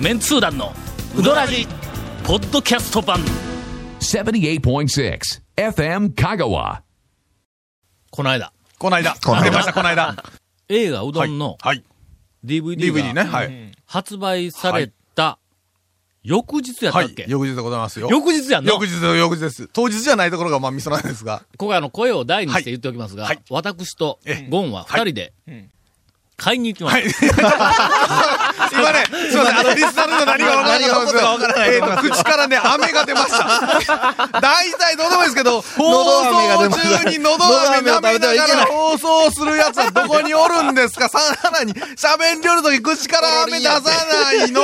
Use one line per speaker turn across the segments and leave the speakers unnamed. メンツー団のウドラジポッドキャスト版
78.6 FM Kagawa.
この間
この間。
この間
出ました、この間。
映画うどんの
はい。
DVD
DVD ね。
が
はい。
発売された翌日やった
は
っ
い
け、。
翌日でございますよ。
翌日やんの
翌日で、翌日です。当日じゃないところが、まあ、ミソなんですが。
ここはあの声を大にして言っておきますが、
はい
私と
ええ
ゴンは二人で買いに行きま
は
し
い。今ね、すいません、あの、リスナーの人何が分からなかったんですが、えっと、口からね、飴が出ました。大体、どうでもいいですけど、放
喉飴が出ま
送
した
中に喉飴舐めな
喉飴を食べてはい
が
けな
ら
い
放送するやつはどこにおるんですかさらに、喋りよるとき口から飴出さないの。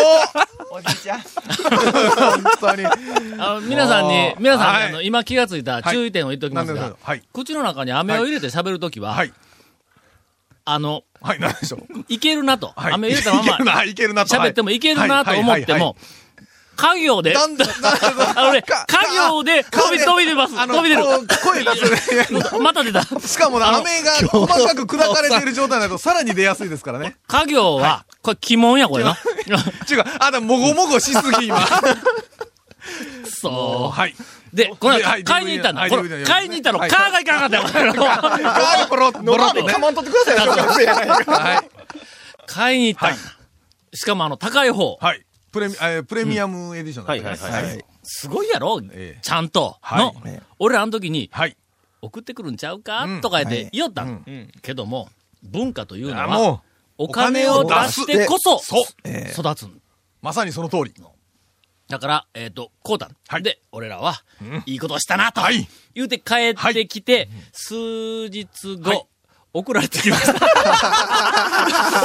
おじいちゃん。
本当に。
た。あの皆さんに、皆さんに
はい
あの今気がついた注意点を言っておき
な
ま
ん
す
で
が、
すかはい。
口の中に飴を入れて喋るときは、
はい。
あの、
はい、なんでしょう。
いけるなと、
はい
飴入れたま
いける
ま
な、いけるなと。
喋ってもいけるなと思っても、家業で、
なんだ、なんだ、
あのね、家業で飛び、飛び出ます。
あの
飛び出る。
こう声出すね。
また出た。
しかもね、
あの
飴が細かく砕かれている状態だと、さらに出やすいですからね。
家業は、これ鬼門や、これな。
ちゅうか、あ、でも、もごもごしす ぎ、今。
そ
はい。
う。で、この
ではい
買いに行ったんだ。
はい
これ
DVD
買いに行ったの、カ
はい
ーがいかなかったよこれ。
ガーボロッ、ボロッとね。
我慢取ってくださいよ。
はい。
買いに行ったんだしかもあの、高い方。
はい。プレミ、えープレミアムエディションだったねはい。
すごいやろ
ええ
ちゃんと。の
は。
俺らの時に、
はい。
送ってくるんちゃうか
うん
とか言って言おったん
ん
けども、文化というの
あ、
は、
も
お金を
お
出
金を出す
してこそ、
そう
ええ育つん
う、まさにその通り。
だから、えっ、と、こうだ、
はい
で、俺らは、いいことをしたな、と。
はい
言うて帰ってきて、数日後、
はい
送られてきま した。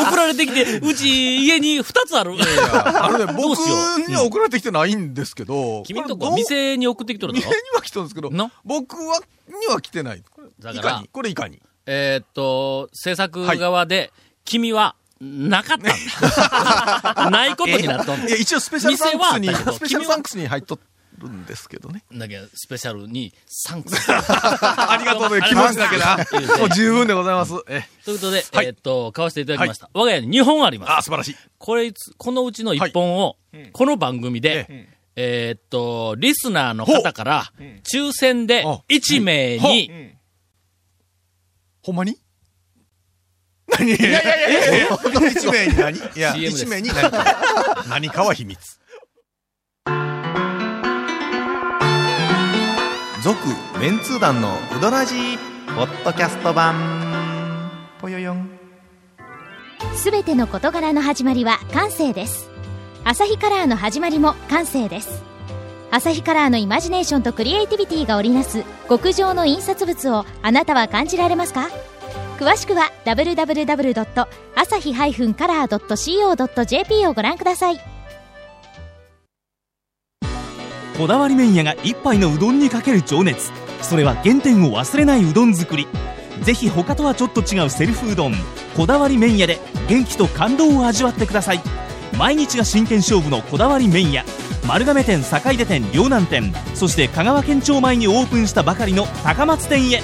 送られてきて、うち家に2つある。
あのね、
どう
僕
しよう
には送られてきてないんですけど。
君んとこは
れどう
店に送ってきとる
家
だ
に
ろ
は来たんですけど
な、
僕は、には来てない。これ
だ
い
から
かにこれいかに
えーっと、制作側で、君は、なかったんだ。ないことになっとんだ
いや、一応スペシャルサンクスに、
店はあったけど
スペシャルサンクスに入っとるんですけどね。
だけど、スペシャルに、サンク
ありがとうという気持ちだけ
言うて
な。もう十分でございます。え、
ということで、
はい
えーっと、買わせていただきました。我が家に2本あります。
あ、素晴らしい。
これいつ、このうちの一本を、この番組で、
え
えーっと、リスナーの方から、抽選で
あ
1名に、
ほんまに何いやいやいやいや、 一名に 何いや、
CM です
一名に何か。 何かは秘密。
続メンツー団のウドラジポッドキャスト版ぽよよん
すべての事柄の始まりは感性ですアサヒカラーの始まりも感性ですアサヒカラーのイマジネーションとクリエイティビティが織りなす極上の印刷物をあなたは感じられますか詳しくは www.asahi-color.co.jp をご覧ください
こだわり麺屋が一杯のうどんにかける情熱それは原点を忘れないうどん作りぜひ他とはちょっと違うセルフうどんこだわり麺屋で元気と感動を味わってください毎日が真剣勝負のこだわり麺屋丸亀店坂出店両南店そして香川県庁前にオープンしたばかりの高松店へ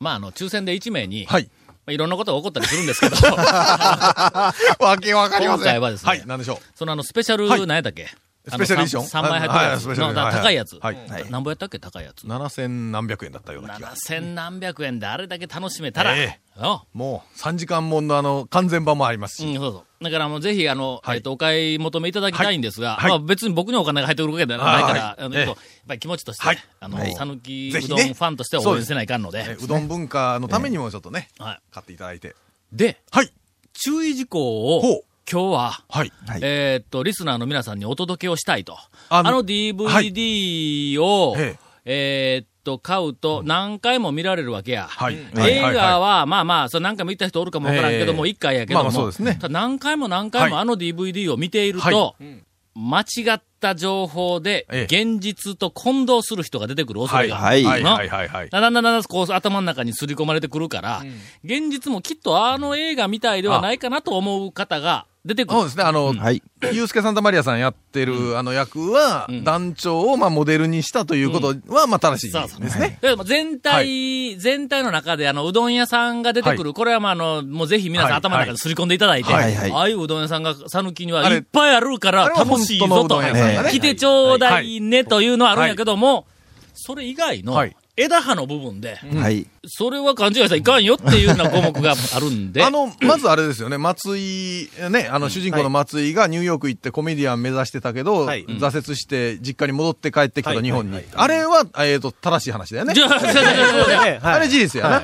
まあ、あの、抽選で1名に、
はい。
まあ、いろんなことが起こったりするん ですけど、
わけわかりません。
今回はですね
はい、なんでしょう。
そのあの、スペシャル、
はい
何やったっけ
スペシャルエディション
3枚入った
は
や
い
つ。
スペシャルエディション
な
はいはい
高いやつ。
はい
何本やったっけ高いやつ。
七千何百円だったような気が
7。千何百円であれだけ楽しめたら、
え
よ
もう、三時間もんのあの、完全版もあります
う
し。
ん、そうそう。だからもうぜひ、あの、
はい
えっ、と、お買い求めいただきたいんですが、
はい
ま
は
あ
い
別に僕にお金が入ってくるわけではないから、
あーはい
あのえっと
ええ
やっぱり気持ちとして、
はい
あの
は、い
さぬき
ぜ
う
ひ
ど
ね
んファンとしては応援せないかんので、
えうどん文化のためにもちょっとね、
はい。
買っていただいて。
で、
はい。
注意事項を
ほう、
今日は、
はい。
はい
えーっと、リスナーの皆さんにお届けをしたいと。あ
あ
の
の
DVD を、
ええ
えーっと、買うと何回も見られるわけや。
はい。
映画
は
は、まあまあ、そう何回も行った人おるかもわからんけども、
ええ
一回やけども、
まあまあそうですね
ただ何回も何回も
は
あの DVD を見ていると、
は
間違っった情報で、
ええ
現実と混同する人が出てくる恐れがある。
はい
は
は
は
いい
いはいはい。
だんだんだんだんこう頭の中に刷り込まれてくるから、現実もきっとあの映画みたいではないかなと思う方が出てく
そう
る。
ですね、あの、
はい。
ユースケ・サンタマリアさんやってるあの役は、
うん
団長をまあモデルにしたということは、まあ正しい
そうそう
ですね。
で全体、
は
全体の中で、あの、うどん屋さんが出てくる。これは、まあ、あの、もうぜひ皆さん
はい
頭の中に刷り込んでいただいて、
はいはい
ああいううどん屋さんが、さぬきには
あれ
いっぱいあるから
あれは
楽
本
しい
当の
ぞ
うど
と
ん。屋さんがね。
来てちょうだいねというのはあるんやけども、それ以外の
はい
枝葉の部分で、
はい。
それは勘違いしたらいかんよっていうような項目があるんで、
あの、まずあれですよね、松井、ね、あの、主人公の松井がニューヨーク行ってコメディアン目指してたけど、
はい
挫折して実家に戻って帰ってきたと、
はい
日本に
はい。
あれは、えっと、正しい話だよね
じ。ゃあ、じゃあじゃあじゃあじゃあ
ねはい
あれ事実やな。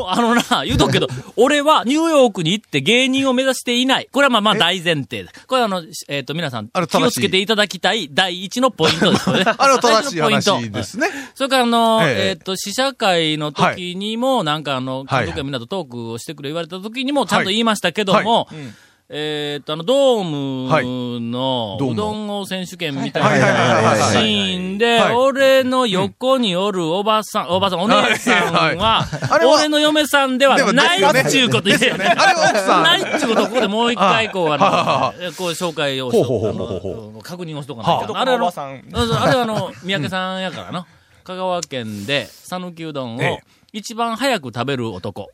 お、あのな、言うとく けど、俺はニューヨークに行って芸人を目指していない。これはまあまあ大前提だ。これはあの、えっ、と、皆さん、
あれ
気
正しい
をつけていただきたい第一のポイントですよね。
あれは正しい
第一のポイ
話
ント
ですね。
それからあの、
ええ
えっ、と、試写会の時にも、なんかあの、
は
監
い
督がみんなとトークをしてくれ言われた時にも、ちゃんと言いましたけども、えっと、あの、ドームの、
はい
うどんを選手権みた
はいいはい
な
はい
シ
はい。
ーンで、
はい
俺の横におるおばさん、おばさん、お姉さん
はい
は、
あれは
俺の嫁さんでは
でも
な
ですよね
いっちゅうこと言って、
ねあれは奥さん
ないっちゅうことをここでもう一回、こう、
はあ
あ
は
の、こう紹介をし
ほう
と
ほうほう
あ
ほうほう
の確認をしとかないけど
はあ
あれあの、
男のおば
あ
さん
そうあれはあの、 三宅さんやからな。香川県で、讃岐うどん
え
を
え
一番早く食べる 男。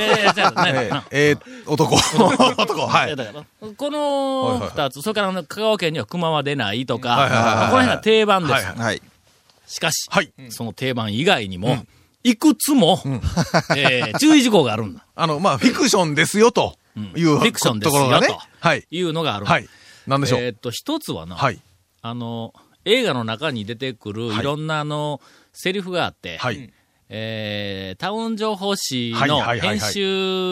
ええじゃあね
えええ ー、男。男、はい
や。だからこ
はい
の
はい
二つ、それからあの香川県には熊は出ないとか、
はいはいはいはい
この辺が定番です。
はいはい
はい。
しかし、
はい
その定番以外にも、いくつも、えー注意事項があるんだ。
あの、まあ、フィクションですよ、という、
フィクションですよ
ところがね
と
はい。
いうのがあるんだ
はい。なんでしょう。
えーっと、一つはな、
はい。
あの、映画の中に出てくる
はい
いろんなあの、セリフがあって、
はい。
えータウン情報誌
はい
の
はいはいはい
編集、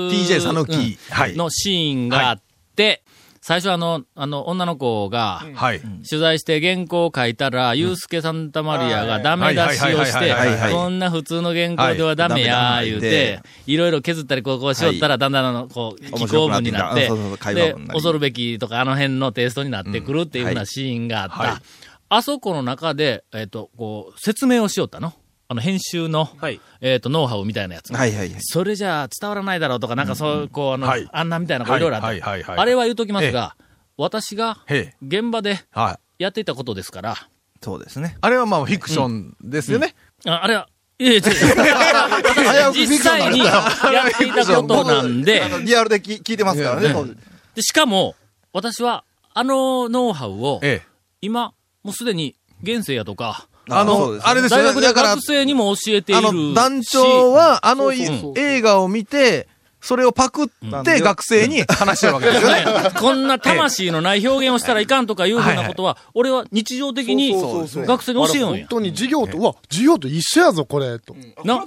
TJ さぬき
うん
はい
のシーンがあって、最初あの、あの、女の子が、
はい。
取材して原稿を書いたら、ユースケ・サンタマリアがダメ出しをし
はい
て
はい
はいはいはいはい、
こんな普通の原稿ではダメや、
はい
言う
ダメだ
て
な、
いろいろ削ったり、こうこうしよったら、だんだんあの、こう、
面
気候
白くな
文
っ
に
てきた
なって
そうそうそう、会話
で
文に、なり
恐るべきとか、あの辺のテイストになってくるっていうよう
は
ないシーンがあっ
はい
た。あそこの中で、えっと、こう、説明をしよったの。あの、編集の、
はい
えっと、ノウハウみたいなやつ。
はいはいはい。
それじゃあ伝わらないだろうとか、なんかそう、こう、あの
はい、
あんなみたいな、こういろいろあっ
はいはいはい
て。
はい
あれは言うときますが、私が
へえ、
現場で、
はい。
やっていたことですから、
そうですね。
あれはまあ、フィクションですよね。
ああれは、いやいや違う実際 にやっていたことなんで
あ、のリアルでき聞いてますからね。
いや
そう
でしかも、私は、あのノウハウを、
ええ。
今、もうすでに、現世やとか、
あ
そ
の
うで、すね
あれです
大
よ
学
ね。
で
だから、
学生にも教えてい
あ
るし。
の、団長は、あのい
そうそうそう
映画を見て、それをパクって学生に話してるわけですよね。
こんな魂のない表現をしたらいかんとかいうふうなことは、俺は日常的に
そうそうそう
学生に教えようんや
本。当に授業と、うわ、授業と一緒やぞ、これ、と。
な、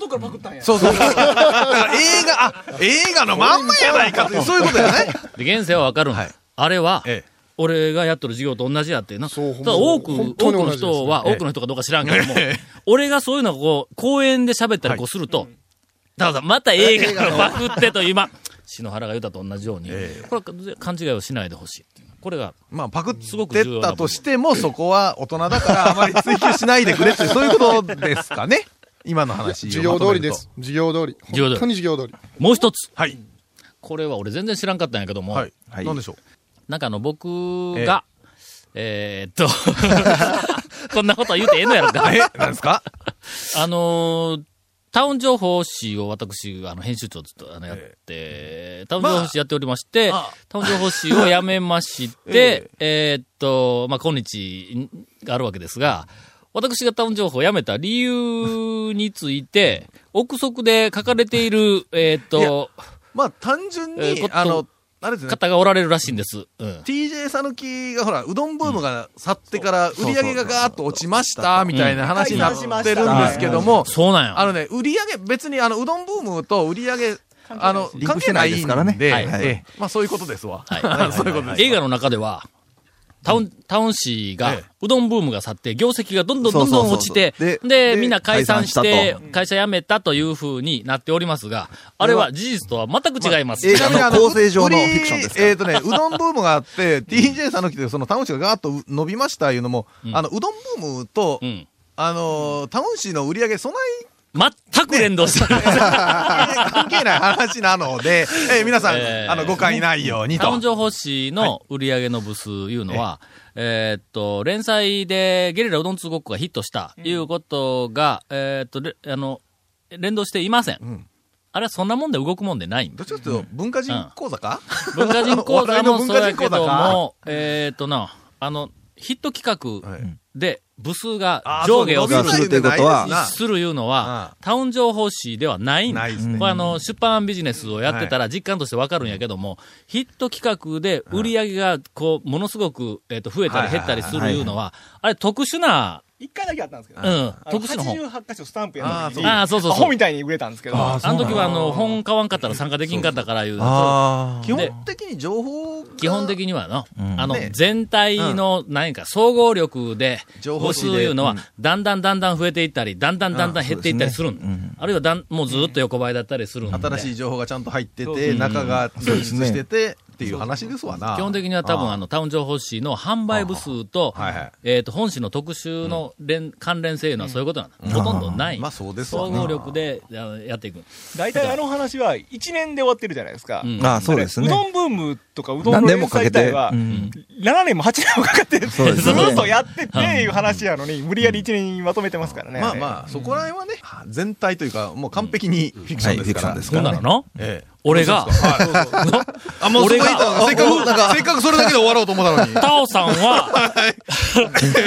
そうそうそう。 だから映画、あ、映画のまんまやないかという、そういうことやね。
で、現世はわかるんだ。
はい
あれは、
ええ
俺がやっとる授業と同じやってな。
そうほんま
ただ多く、
本
多く
当に
の
同じですね
人は、
ええ
多くの人かどうか知らんけども、
ええ
俺がそういうのをこう、公園で喋ったりこうすると、ただまた映画のパクってと今、篠原が言ったと同じように、
え
これは勘違いをしないでほしいっていう。これが、
まあ、パクってったとしても、そこは大人だからあまり追求しないでくれっていう、そういうことですかね。今の話を
授業通りで
まとめると
す。。授業通り。
授業通り
本当に授業通り。
もう一つ、
はい。
これは俺全然知らんかったんやけども、
はい。
はい
なんでしょう。
なんかあの、僕が、えーっと、こん なこと言うてええのやろか。
え、なんですか
あのータウン情報誌を私、あの、編集長をずっとあのやって、タウン情報誌やっておりまして、タウン情報誌をやめま して、えーっと、まあ、今日があるわけですが、私がタウン情報をやめた理由について、憶測で書かれている、えーっと、
まあ、単純
えー
に
こ、
あの、あれですね。
方がおられるらしいんです。うん。
TJ さぬきがほら、うどんブームが去ってから、売り上げがガーッと落ちました、みたいな話になってるんですけども、
そうなんや。
あのね、売り上げ、別にあの、うどんブームと売り上げ、あの、
リン
関
ク
係
して
な
ないい
で
ですす
か
からら
ね
ね。
え
はい
えまあ、そういうことですわ。
はい。
そういうことです。
映画の中では、タウン、タウン市が、
ええ
うどんブームが去って、業績がどんどんどんどん落ちて、
そうそうそうそう
で
で
みんな解散し
解散
て
し、
会社辞めたというふうになっておりますが、あれは事実とは全く違います。
え
ちなみに
あの構成上の
売り
フィクションですから
えっ、とね、うどんブームがあって、TJ さんの来て、そのタウン市がガーッと伸びましたいうのも、
ん
あの、うどんブームと、
うん。
あのータウン市の売り上げ、そない
全く連動してない。
関係ない話なので、えー皆さん、
えー
あの、誤解ないように
タウ
と
ン。情報誌の売り上げの部数いうのは、えーっと、連載でゲリラうどん通ごっこがヒットしたいうことが、えーっと、れあの、連動していません。
ん
あれはそんなもんで動くもんでないんだ
どっちかというと、文化人講座か、
文化人講座 もそうやけど
お笑いの文化人講座か
も、えーっとな、あの、ヒット企画
はい
で部数が
あー
上下を
そう
するということは
な
するいうのは、タウン情報誌ではないんだ
ないですね
これあの、出版ビジネスをやってたら実感としてわかるんやけども、ヒット企画で売り上げが、こう、ものすごく、えっ、と、増えたり減ったりするいうのは、あれ特殊な、
一回だけあったんですけど、
う
あ
ん、
の
特殊な本。
88箇所スタンプやった時に、
あ
ア
あ、そうそうそ
ホ
う。
みたいに売れたんですけど、
あの時は、あの、本買わんかったら参加できんかったからいうのと
あ
基本的に情報が
基本的にはの、あの
ね、
全体の、何か、総合力で、
情報
母
数
数
で
いうのは、だんだんだんだん増えていったり、だんだんだんだん減っていったりするんだあるいはだん、もうずっと横ばいだったりするんで。
新しい情報がちゃんと入ってて、中が充実してて、っていう話ですわな。
基本的には多分
あ
あのタウン情報誌の販売部数と
あはいはい、
えっと、本誌の特集の連関連性いうのはそういうことなんだ。ほとんどない
まあ。そうですわ
総
ね
合力であのやっていく。
大体あの話は1年で終わってるじゃないですか。
うん
ああ、そうですね。
うどんブームとかうどんの連載自体は、
何
7年も8年もかかって、ず
そうですね
っとやってっていう話やのに、無理やり1年にまとめてますからね。
まあまあ、そこら辺はね、全体というか、もう完璧にフィクションですから。
はいフィクションです
ほんならな、
ええ
俺が、
あ、もう
俺
そこい
が
たせっかく、せっかくそれだけで終わろうと思ったのに。
タオさんは、う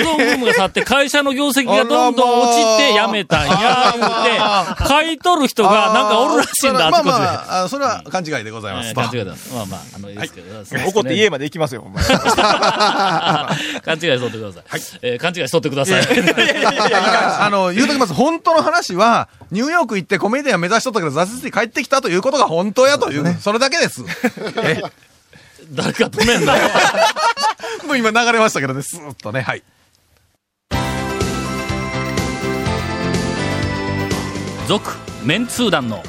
どんブームが去って会社の業績がどんどん落ちて辞めたんや、言うて、買い取る人がなんかおるらしいんだ、
あ
あ
まあ
ち
ま
こちで。
あ、あそれは勘違いでございま
え
す。
ー勘違いだ。まあまあ、あの、いいですけど。そうですね
怒って家まで行きますよ、ほんまに
勘違いしとってください。えー勘違いしとってください。
あの、言うときます。本当の話は、ニューヨーク行ってコメディアン目指しとったけど、挫折して帰ってきたということが本当やという、それだけです。え
誰か止めんなよ。
もう今流れましたけどね、スーッとね、はい。
続メンツー団の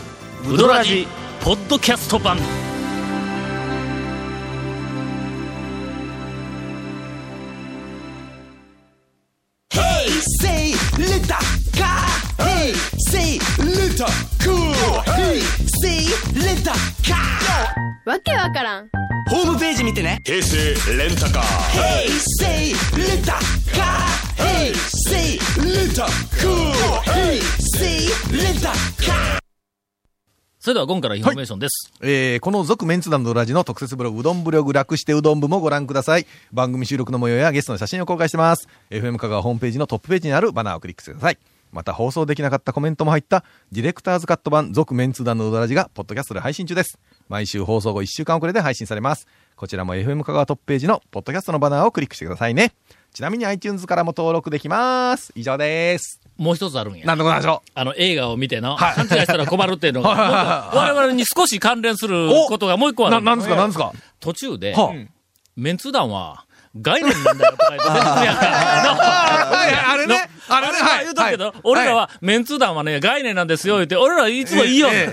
ウドラジポッドキャスト版
わけわからん
それでは今からインフォメーションです、
えーこの続メンツ団のラジの特設ブログ、うどんブログ略してうどん部もご覧ください。番組収録の模様やゲストの写真を公開してます。FM 香川ホームページのトップページにあるバナーをクリックしてください。また放送できなかったコメントも入ったディレクターズカット版続メンツ団のうどらじがポッドキャストで配信中です。毎週放送後1週間遅れで配信されます。こちらも FM 香川トップページのポッドキャストのバナーをクリックしてくださいね。ちなみに iTunes からも登録できます。以上です。
もう一つあるんや
なんでございましょう。
あの映画を見ての、勘違いしたら困るっていうのがもっと我々に少し関連する
お
ことがもう一個ある
な、
ん
な
や
んですか、なんですか。
途中で、
は
メンツー団は概念なんだよとか 言って説明やからの
あ、あれね、あれね、
まあ
はい。
言うとくけど、俺らは、メンツー団はね、概念なんですよ、言って、俺らいつもいいよ、
えええええ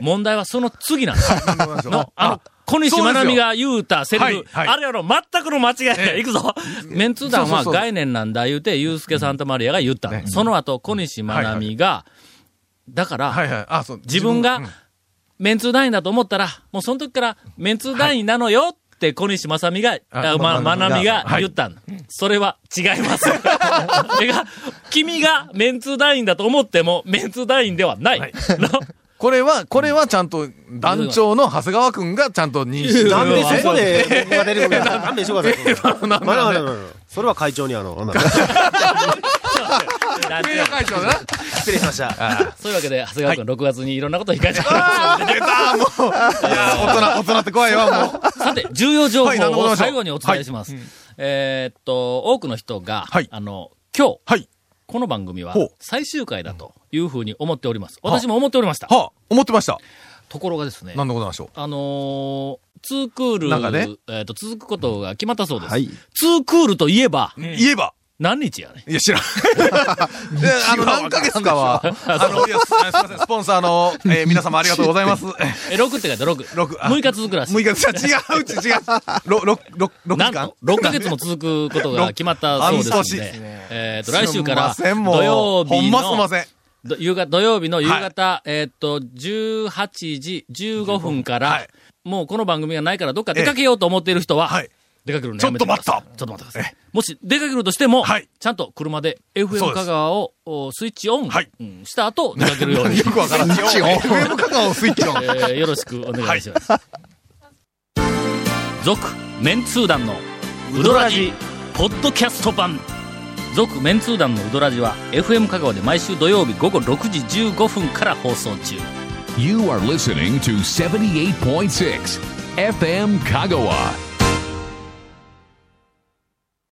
え
問題はその次なんだ。の、あの、小西
そう
真
です
奈
よ
美が言うたセリフ、
はいはい
あれやろ、全くの間違いや、いくぞ。メンツー団
そうそう
は
そう
概念なんだ言うて、ユうスケ・サンタマリアが言った。その後、小西真奈美が、だから、
はいはい。あ、そう。
自分が
うん
メンツー団員だと思ったら、もうその時から、メンツー団員なのよって小西正美が、
あ
あま、ま
ま
なみが
はい
言ったんだそれは違い ます。それが、君がメンツー団員だと思っても、メンツー団員ではない。の
これは、これはちゃんと団長の長谷川くんがちゃんと認識。
なんでそこで僕が出てくるの なんでしょうか、それ。 まだまだまだそれは会長にあの、なんだ
団
名誉
長
会長だな。
失礼しました。
そういうわけで、長谷川君、6月にいろんなことを控えております
出たもう。いや、大人、大人って怖いわ、もう。
さて、重要情報
はい何でござ
を
いましょう
最後にお伝えします。えーっと、多くの人が、
はい
あの、今日、
はい
この番組は
ほう
最終回だというふうに思っております。私も思っておりました。
はあ、思ってました。
ところがですね、
なんでございましょう。
あのーツークール、
なんかね
えっ、と、続くことが決まったそうです。
はい
ツークールといえば、
言えば
何日やね
いや、 知らん。であの、何ヶ月かは、あの、いや、すいません、スポンサー の、えー皆様ありがとうござい ます。
え、6って書いてある6。
六あ
6日続くらしい。
6日、違う、違う、違う。ろろろ6
なん
時
と
間、
6ヶ月も続くことが決まったそうですの
半
で、えっ、と、来週から、
す
土
んませんもう
曜
ほ
日
んますん
の
ま、せん。
ど夕方、土曜日の夕方、えーっと、18時15分から、
はい
もうこの番組がないからどっか出かけようと思っている人は、
はい
出かけるのやめてください。ちょっと待ってください。もし出かけるとしても、
はい
ちゃんと車で
そう
FM
です
香川をおスイッチオン、
はい
うんした後出かけるように、
よくわからん。FM カカオスイッチオン。
えーよろしくお願いします。続、メンツー団のウドラジ、ポッドキャスト版。続メンツー団のウドラジは FM 香川で毎週土曜日午後6時15分から放送中
You are listening to 78.6 FM Kagawa.